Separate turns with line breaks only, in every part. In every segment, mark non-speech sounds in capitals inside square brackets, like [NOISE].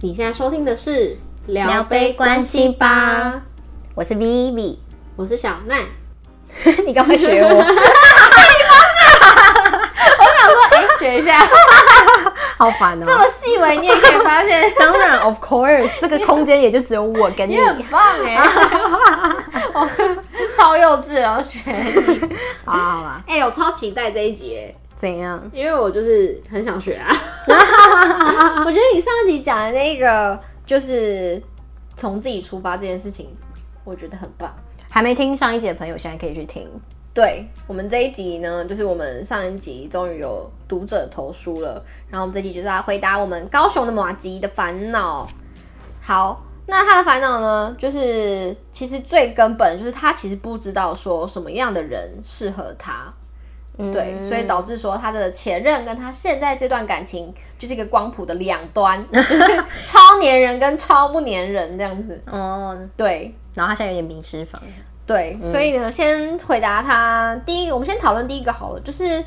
你现在收听的是《聊
杯关系吧》，我是 Vivi， [LAUGHS]
我是小奈。
你干嘛学
[LAUGHS]
我？
哎、学一下，
[LAUGHS] 好烦哦、
这么细微你也可以发现，
[LAUGHS] 当然，of course，这个空间也就只有我
[LAUGHS]
跟你
你。很棒哎、我超幼稚，然后学你。
好啦好啦，
哎、我超期待这一集哎，
怎样？
因为我就是很想学
[LAUGHS]
啊。
我
我觉得你上一集讲的那个就是从自己出发这件事情，我觉得很棒。
还没听上一集的朋友，现在可以去听。
对我们这一集呢，就是我们上一集终于有读者投书了，然后我们这集就是要回答我们高雄的马吉的烦恼。好，那他的烦恼呢，就是其实最根本就是他其实不知道说什么样的人适合他，对，
嗯
所以导致说他的前任跟他现在这段感情就是一个光谱的两端，就是 [LAUGHS] 超黏人跟超不黏人这样子。
哦，
对，
然后他现在有点迷失方向。
对，
嗯
所以呢，先回答他第一个，我们先讨论第一个好了，就是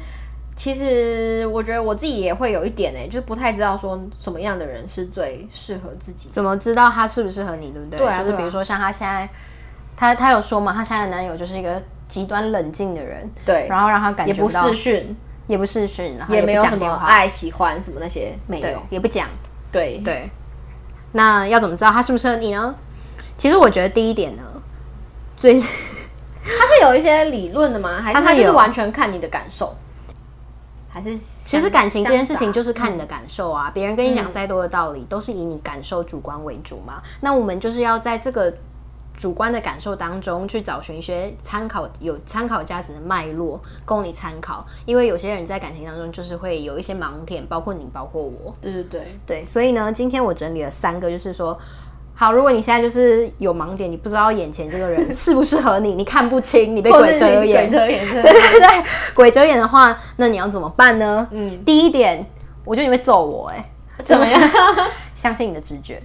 其实我觉得我自己也会有一点哎、就是不太知道说什么样的人是最适合自己的。
怎么知道他适不适合你，对不对？
对啊
就是比
对
如
啊
说像她现在，她她有说嘛，她现在的男友就是一个极端冷静的人，
对，
然后让她感
也
觉
不
到
视讯，
也不视讯，然后
也
不
没有
讲
什么
电话，
爱、喜欢什么那些没
对
有。，
也不讲，
对对
对。那要怎么知道他适不适合你呢？其实我觉得第一点呢，最
他是有一些理论的吗？还是
它是
他就是
有
完全看你的感受？还是
[LAUGHS] 其
其
实感情这件事情就是看你的感受啊，别人跟你讲再多的道理，都是以你感受主观为主嘛。那我们就是要在这个主观的感受当中去找寻一些参考有参考价值的脉络供你参考，因为有些人在感情当中就是会有一些盲点，包括你，包括我。
对对对，
对，所以呢，今天我整理了三个，就是说，好，如果你现在就是有盲点，你不知道眼前这个人适不适合你，你看不清，你被
或者
鬼
是
遮眼
鬼，遮眼， [LAUGHS] 对
[LAUGHS] 对对对，鬼遮眼的话，那你要怎么办呢？
嗯，
第一点，我觉得你会揍我、哎，
怎么样？
相信你的直觉。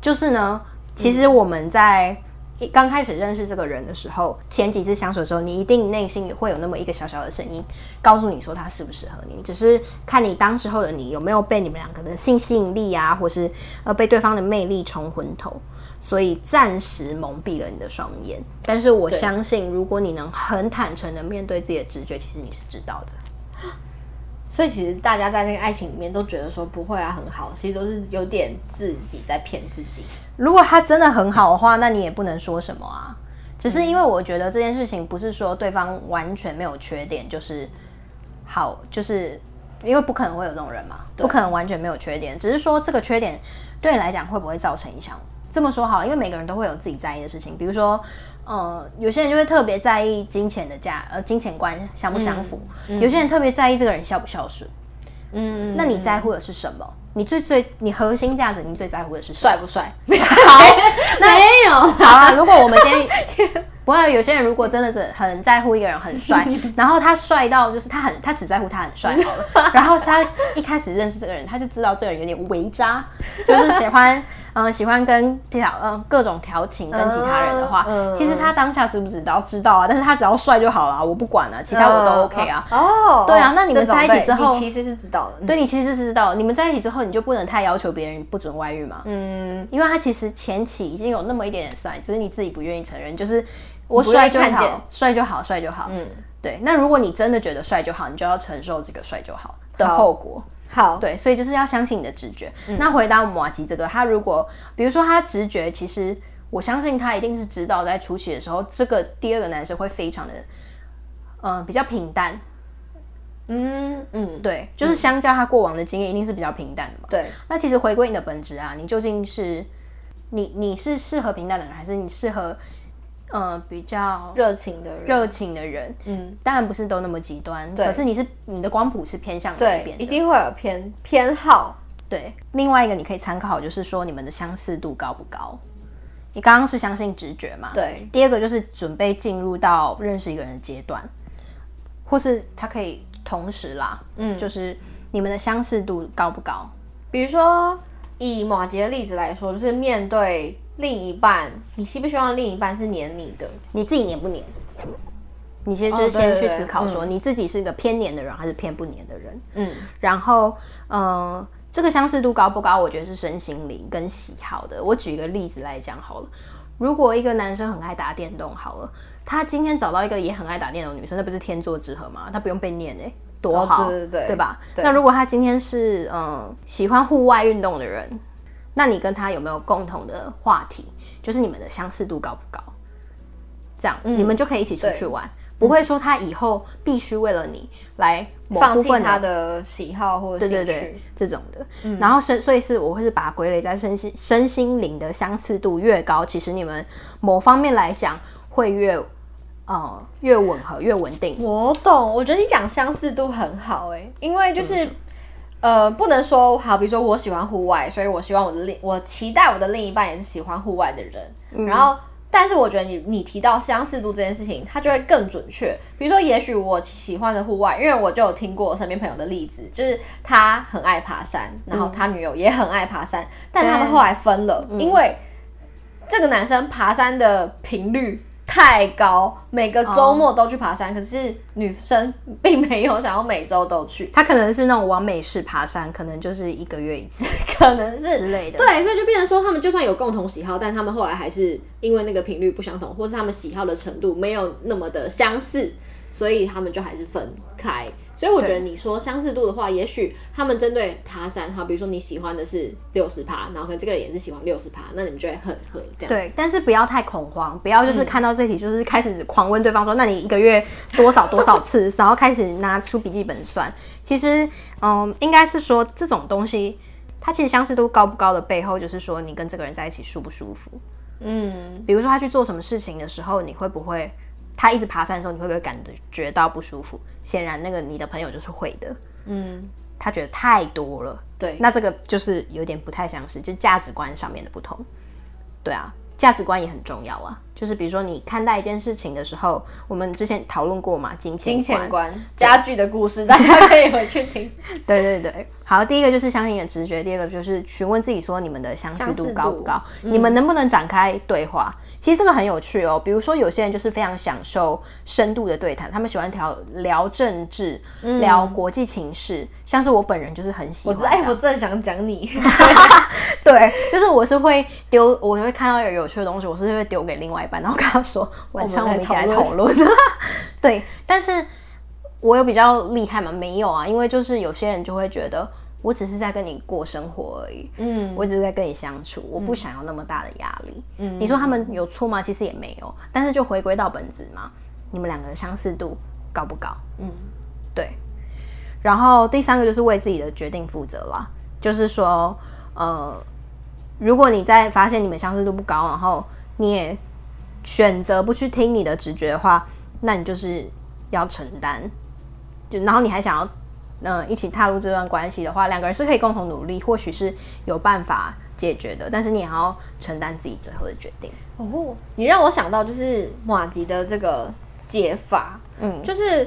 就是呢，其实我们在一刚开始认识这个人的时候，前几次相处的时候，你一定内心也会有那么一个小小的声音，告诉你说他适不适合你，只是看你当时候的你有没有被你们两个的性吸引力啊，或是呃被对方的魅力冲昏头。所以暂时蒙蔽了你的双眼，但是我
对
相信，如果你能很坦诚的面对自己的直觉，其实你是知道的。
所以其实大家在那个爱情里面都觉得说不会啊，很好，其实都是有点自己在骗自己。
如果他真的很好的话，那你也不能说什么啊。只是因为我觉得这件事情不是说对方完全没有缺点，就是好，就是因为不可能会有这种人嘛，不可能完全没有缺点，只是说这个缺点对你来讲会不会造成影响。这么说好了，因为每个人都会有自己在意的事情，比如说，呃，有些人就会特别在意金钱的价，呃，金钱观相不相符；有些人特别在意这个人孝不孝顺。
嗯，
那你在乎的是什么？你最最你核心价值，你最在乎的是什么？
帅不帅？好，没有。[LAUGHS]
好啊，如果我们今天，不过有些人如果真的是很在乎一个人很
[LAUGHS]
帅，然后他帅到就是他很他只在乎他很帅
[LAUGHS]
好了，然后他一开始认识这个人，他就知道这个人有点微渣，就是喜
[LAUGHS]
欢。嗯，喜欢跟调嗯各种调情跟其他人的话，
嗯嗯
其实他当下知不知道知道啊，但是他只要帅就好了，我不管了、其他我
嗯
都 OK 啊。
哦，
对啊那你
这
们
种
在一起之后
对你其实是知道的。
对你其实是知道，你们在一起之后，你就不能太要求别人不准外遇嘛。
嗯，
因为他其实前期已经有那么一点点帅，只是你自己不愿意承认，就是我
不愿
帅
意
就
看见
好，帅就好，帅就好。嗯
嗯，
对。那如果你真的觉得帅就好，你就要承受这个帅就好的
好嗯
后果。
好，
对，所以就是要相信你的直觉。那回答我们瓦吉这个，他如果比如说他直觉，其实我相信他一定是知道，在初期的时候，这个第二个男生会非常的，嗯、比较平淡。
嗯嗯，
对，就是相较他过往的经验，一定是比较平淡的嘛。
对，
那其实回归你的本质啊，你究竟是你你是适合平淡的人，还是你适合呃比较
热情的人，
热情的人？
嗯，
当然不是都那么极端，
对
可是你是你的光谱是偏向哪一
对
边，
一
的？
定会有偏偏好。
对，另外一个你可以参考就是说你们的相似度高不高？你刚刚是相信直觉嘛？。
对，
第二个就是准备进入到认识一个人的阶段，或是他可以同时啦，
嗯
就是你们的相似度高不高？
比如说以马杰的例子来说，就是面对另一半，你希不希望另一半是黏你的？
你自己黏不黏？你先就
哦
是
对对
先去
对
思考
嗯
说，你自己是一个偏黏的人还是偏不黏的人？
嗯，
然后，嗯、这个相似度高不高，我觉得是身心灵跟喜好的。我举一个例子来讲好了，如果一个男生很爱打电动，好了，他今天找到一个也很爱打电动的女生，那不是天作之合吗？他不用被念哎、多
哦
好，
对对对
吧？
对
那如果他今天是嗯喜欢户外运动的人，那你跟他有没有共同的话题？就是你们的相似度高不高？这样、你们就可以一起出
嗯
去
对
玩，不会说他以后必须为了你来某
放
部
弃
分
他的喜好或者
对
兴
对
趣。嗯
对这种的。然后身所以是我会是把它归类在身心身心灵的相似度越高，其实你们某方面来讲会越呃越吻合越稳定。
我懂，我觉得你讲相似度很好哎、因为就是、呃，不能说好，比如说我喜欢户外，所以我希望我的另我期待我的另一半也是喜欢户外的人，然后。但是我觉得你你提到相似度这件事情，它就会更准确。比如说，也许我喜欢的户外，因为我就有听过我身边朋友的例子，就是他很爱爬山，然后他女友也很爱爬山，但他们
对
后来分了，因为这个男生爬山的频率太高，每个周末都去爬山，可是女生并没有想要每周都去，
他可能是那种完美式爬山，可能就是一个月一次
可能是
之
[LAUGHS]
类的。
对，所以就变成说，他们就算有共同喜好，但他们后来还是因为那个频率不相同，或是他们喜好的程度没有那么的相似，所以他们就还是分开。所以我觉得你说相似度的话，也许他们针对爬山，好，比如说你喜欢的是六十趴，然后可能这个人也是喜欢六十趴，那你们就会很合这样。
对，但是不要太恐慌，不要就是看到这题就是开始狂问对方说，那你一个月多少多少次， [LAUGHS] 然后开始拿出笔记本算。其实，嗯，应该是说这种东西，它其实相似度高不高的背后，就是说你跟这个人在一起舒不舒服。
嗯，
比如说他去做什么事情的时候，你会不会他一直爬山的时候，你会不会感觉到不舒服？显然，那个你的朋友就是会的，
嗯，
他觉得太多了。
对。
那这个就是有点不太相似，就价值观上面的不同。对啊，价值观也很重要啊。就是比如说你看待一件事情的时候，我们之前讨论过嘛，金钱
金
观
钱观家具的故事，大家可以回去听。
对对对，好，第一个就是相信你的直觉，第二个就是询问自己说你们的相似
相
度
似
高
度嗯
不高，你们能不能展开对话？其实这个很有趣哦，比如说有些人就是非常享受深度的对谈，他们喜欢聊聊政治、聊国际情势，像是我本人就是很
[LAUGHS]
喜
嗯我
欢
知
这
道，
样。
哎、我正想讲你，
对，就是我是会丢，我会看到有有趣的东西，我是会丢给另外一半，然后跟他说晚上我们一起来讨
[LAUGHS]
论。对，但是我有比较厉害吗？没有啊，因为就是有些人就会觉得我只是在跟你过生活而已，
[LAUGHS] 嗯，
我只是在跟你相处，我不想要那么大的压力。
嗯
你说他们有错吗？其实也没有，但是就回归到本质嘛，你们两个的相似度高不高？
嗯，
对。然后第三个就是为自己的决定负责啦，就是说，呃，如果你在发现你们相似度不高，然后你也选择不去听你的直觉的话，那你就是要承担。就然后你还想要，嗯、一起踏入这段关系的话，两个人是可以共同努力，或许是有办法解决的，但是你也要承担自己最后的决定。
哦，你让我想到就是马吉的这个解法，
嗯，
就是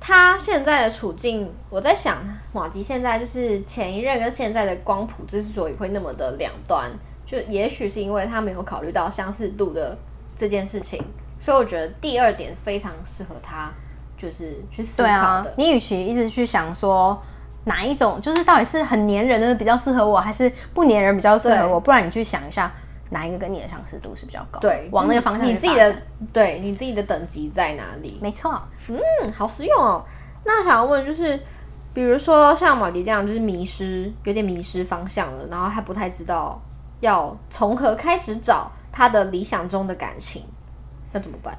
他现在的处境，我在想马吉现在就是前一任跟现在的光谱之所以会那么的两端，就也许是因为他没有考虑到相似度的这件事情，所以我觉得第二点非常适合他，就是去思
对
考
啊
的，。
你与其一直去想说哪一种，就是到底是很粘人的比较适合我，还是不粘人比较适合我，不然你去想一下哪一个跟你的相似度是比较高，
对，
往那个方向
你
去
自己
发展
的，对你自己的等级在哪里？
没错，
嗯，好实用哦。那想要问就是，比如说像马迪这样，就是迷失，有点迷失方向了，然后他不太知道要从何开始找他的理想中的感情，那怎么办？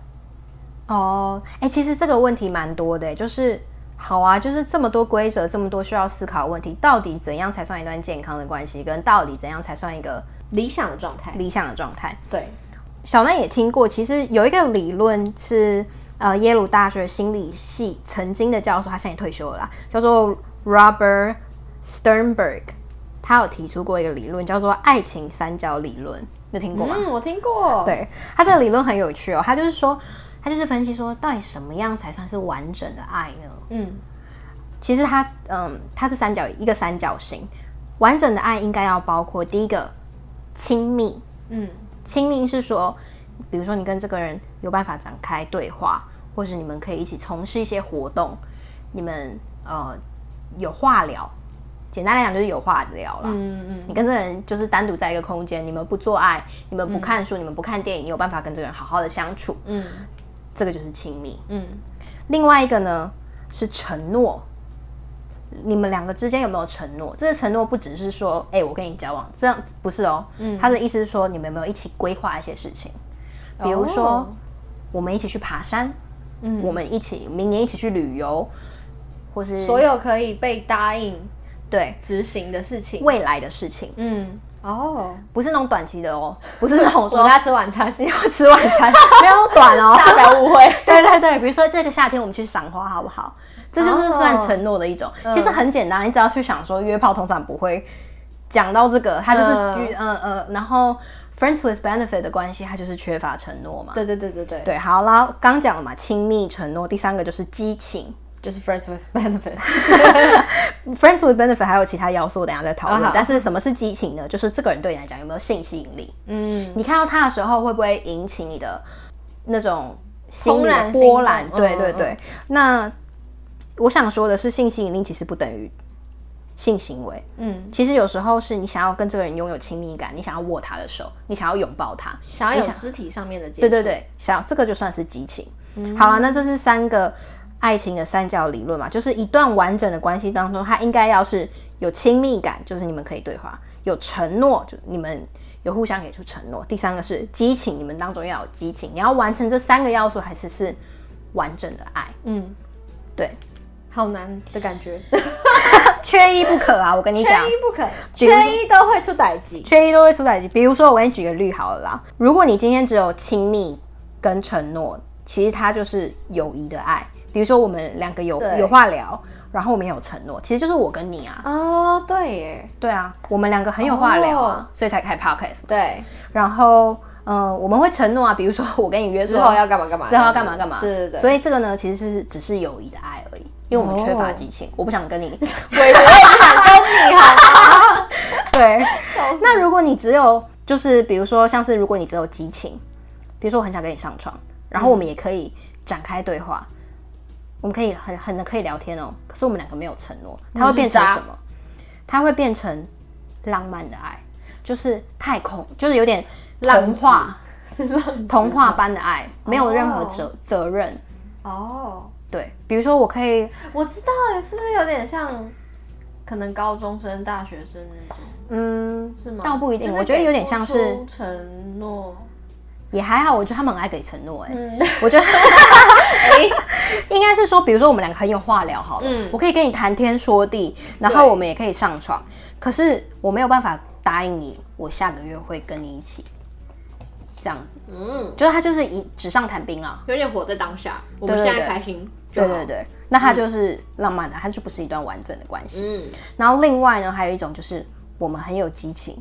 哦，哎、其实这个问题蛮多的、就是好啊，就是这么多规则，这么多需要思考的问题，到底怎样才算一段健康的关系，跟到底怎样才算一个
理想的状态，
理想的状态？
对，
小奈也听过，其实有一个理论是，呃，耶鲁大学心理系曾经的教授，他现在也退休了啦，叫做 Robert Sternberg，他有提出过一个理论，叫做爱情三角理论，你有听过吗？
嗯，我听过，，
对他这个理论很有趣哦，他就是说，他就是分析说，到底什么样才算是完整的爱呢？
嗯
其实它，嗯，它是三角一个三角形，完整的爱应该要包括第一个亲密，
嗯
亲密是说，比如说你跟这个人有办法展开对话，或是你们可以一起从事一些活动，你们呃有话聊，简单来讲就是有话聊啦。
嗯嗯，
你跟这个人就是单独在一个空间，你们不做爱，你们不看书，你们不看电影，你有办法跟这个人好好的相处，
嗯
这个就是亲密。
嗯，
另外一个呢是承诺，你们两个之间有没有承诺？这个承诺不只是说，哎、我跟你交往，这样不是哦。
嗯
他的意思是说，你们有没有一起规划一些事情？比如说，
哦
我们一起去爬山，
嗯
我们一起明年一起去旅游，或是
所有可以被答应
对
执行的事情，
未来的事情，
嗯，哦，
不是那种短期的哦，不是那种
我们
说
大家吃晚餐， [LAUGHS]
要吃晚餐，没有那么短哦。
大家不要误会。
对对对，比如说这个夏天我们去赏花好不好？这就是
哦嗯
算承诺的一种。其实很简单，你只要去想说约炮通常不会讲到这个，它就是
嗯
嗯呃呃，然后 friends with benefit 的关系，它就是缺乏承诺嘛。
对对对对对，
对，好啦，刚讲了嘛，亲密承诺，第三个就是激情。
就是 friends with benefit。
Friends with benefit 还有其他要素，等一下再讨论。
啊好
但是什么是激情呢？就是这个人对你来讲有没有性吸引力？
嗯，
你看到他的时候，会不会引起你的那种心理
怦然
的
心动
波澜？
嗯
对对
嗯
对。那我想说的是，性吸引力其实不等于性行为。
嗯，
其实有时候是你想要跟这个人拥有亲密感，你想要握他的手，你想要拥抱他，
想要
你
有肢体上面的接触，
对对对，想这个就算是激情。好了，那这是三个爱情的三角理论嘛，就是一段完整的关系当中，它应该要是有亲密感，就是你们可以对话；有承诺，就你们有互相给出承诺；第三个是激情，你们当中要有激情，你要完成这三个要素，还是是完整的爱，
嗯，
对，
好难的感觉，
缺一不可啊！我跟 [LAUGHS] 你
缺
讲。
一不
[LAUGHS]
可，
比
缺
如说
一都会出歹疾。
缺一都会出歹疾。比如说，我给你举个例好了啦，如果你今天只有亲密跟承诺，其实它就是友谊的爱。比如说，我们两个有
对
有话聊，然后我们也有承诺，其实就是我跟你啊，
哦，对耶，
对啊，我们两个很有话聊
哦
啊，所以才开 podcast。
对，
然后，嗯、我们会承诺啊，比如说我跟你约
之
说
后要干嘛干嘛，
之后要干嘛干嘛，
对对对，
所
以
以这个呢，其实是只是友谊的爱而已，因为我们缺
哦
乏激情，我不想
[LAUGHS]
跟你
我也想跟你好吗，
[LAUGHS] 对，那如果你只有就是比如说像是如果你只有激情，比如说我很想跟你上床，然后我们也可以展开对话，我们可以很很可以聊天哦。可是我们两个没有承诺，它会变成
你是渣
什么？它会变成浪漫的爱，就是太空，就是有点
浪
童话
是让
童话般的爱，没有任何
哦
责责任。
哦，
对，比如说我可以，
我知道耶，是不是有点像可能高中生、大学生那种，
嗯，
是吗？
倒不一定，
就是
我觉得有点
给不
像是
出承诺，
也还好，我觉得他们很爱给承诺、哎、
嗯，
我觉得。 [LAUGHS] 应该是说，比如说我们两个很有话聊好了，
嗯
我可以跟你谈天说地，然后我们也可以上床，可是我没有办法答应你，我下个月会跟你一起，这样子，
[LAUGHS] 嗯，
就是他就是一纸上谈兵啊，
有点活在当下，我们
对
现
对
在开心就
对
好，
对对，那他就是浪漫的，他就不是一段完整的关系。
嗯，
然后另外呢，还有一种就是我们很有激情，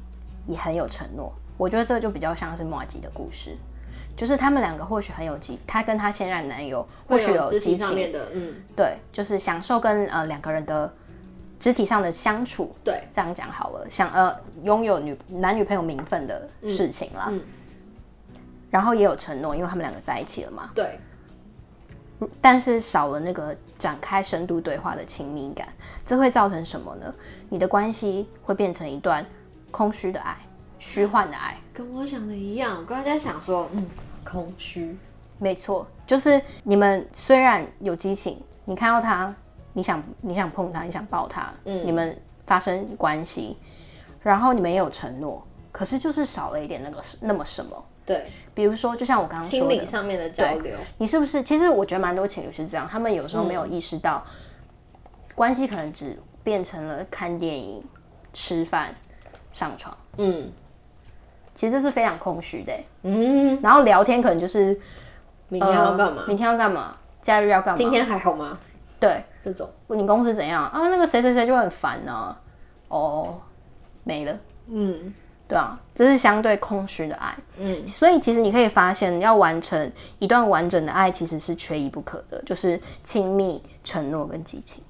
也很有承诺，我觉得这个就比较像是莫吉的故事。就是他们两个或许很有激，她跟她现任男友或
会
许
有
有
肢
激
体上
情，
面的，嗯，
对，就是享受跟呃两个人的肢体上的相处，
对，
这样讲好了，想呃拥有女男女朋友名分的事情啦，
嗯
然后也有承诺，因为他们两个在一起了嘛，
对，
但是少了那个展开深度对话的亲密感，这会造成什么呢？你的关系会变成一段空虚的爱，虚幻的爱。
跟我想的一样，我刚才在想说，嗯，空虚，
没错，就是你们虽然有激情，你看到他，你想你想碰他，你想抱他，
嗯
你们发生关系，然后你们也有承诺，可是就是少了一点那个那么什么。
对，
比如说，就像我刚刚说
心理
的，
上面的交流，
你是不是？其实我觉得蛮多情侣是这样，他们有时候没有
嗯
意识到，关系可能只变成了看电影、吃饭、上床，
嗯
其实这是非常空虚的欸。
嗯，
然后聊天可能就是
明天要
呃
干嘛？
明天要干嘛？假日要干嘛？
今天还好吗？
对。
这种，
你公司怎样啊？那个谁谁谁就很烦呢、哦，没了，
嗯
对啊，这是相对空虚的爱。
嗯
所以其实你可以发现，要完成一段完整的爱，其实是缺一不可的，就是亲密、承诺跟激情。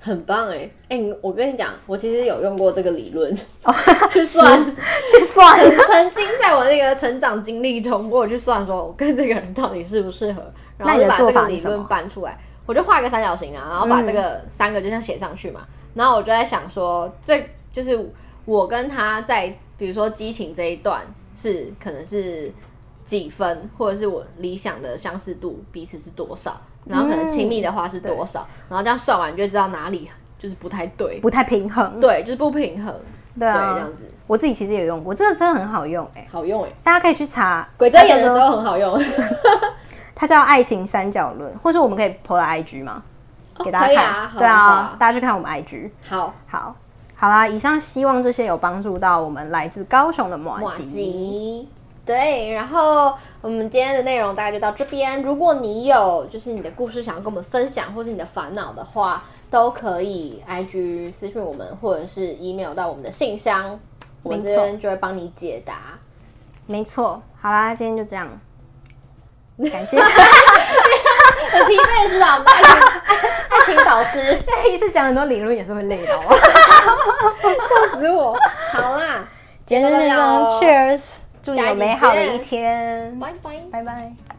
很棒哎、欸、哎、你我跟你讲，我其实有用过这个理论 [LAUGHS] 去算，
去算，
[LAUGHS] 曾经在我那个成长经历中，我有去算说我跟这个人到底适不适合，然
那
后
[LAUGHS] 你
就把这
的做
个
法是
理
什么
论搬出来。我就画一个三角形啊，然后把这个三个就像写上
嗯
去嘛。然后我就在想说，这就是我跟他在比如说激情这一段是可能是几分，或者是我理想的相似度彼此是多少，然后可能亲密的话是多少，
嗯
然后这样算完就知道哪里就是不太对，
不太平衡。
对，就是不平衡，
对啊，
对，这样子
我自己其实也用过，这个真的很好用哎、
好用哎、
大家可以去查。
鬼遮眼的时候很好用，
它叫爱情三角论，或是我们可以 PO 到 IG 吗？给大
可
家
以
看，
啊好啊
对
好
啊
啊，
大家去看我们 IG。
[LAUGHS] 好，
好，好啦，以上希望这些有帮助到我们来自高雄的马
马
吉。
吉。对，然后我们今天的内容大概就到这边。如果你有就是你的故事想要跟我们分享，或是你的烦恼的话，都可以 IG 私讯我们，或者是 email 到我们的信箱，我们这
没错
边就会帮你解答。
没错，好啦，今天就这样，感 [LAUGHS] 谢，
很疲惫是吧？我们的爱情爱情导师，
一次讲很多理论也是会累的 [LAUGHS] 哦。
[LAUGHS] 笑死我！好啦，
今天就这样哦
今天就这样
，Cheers，祝你有美好的一天，
拜拜。
拜拜。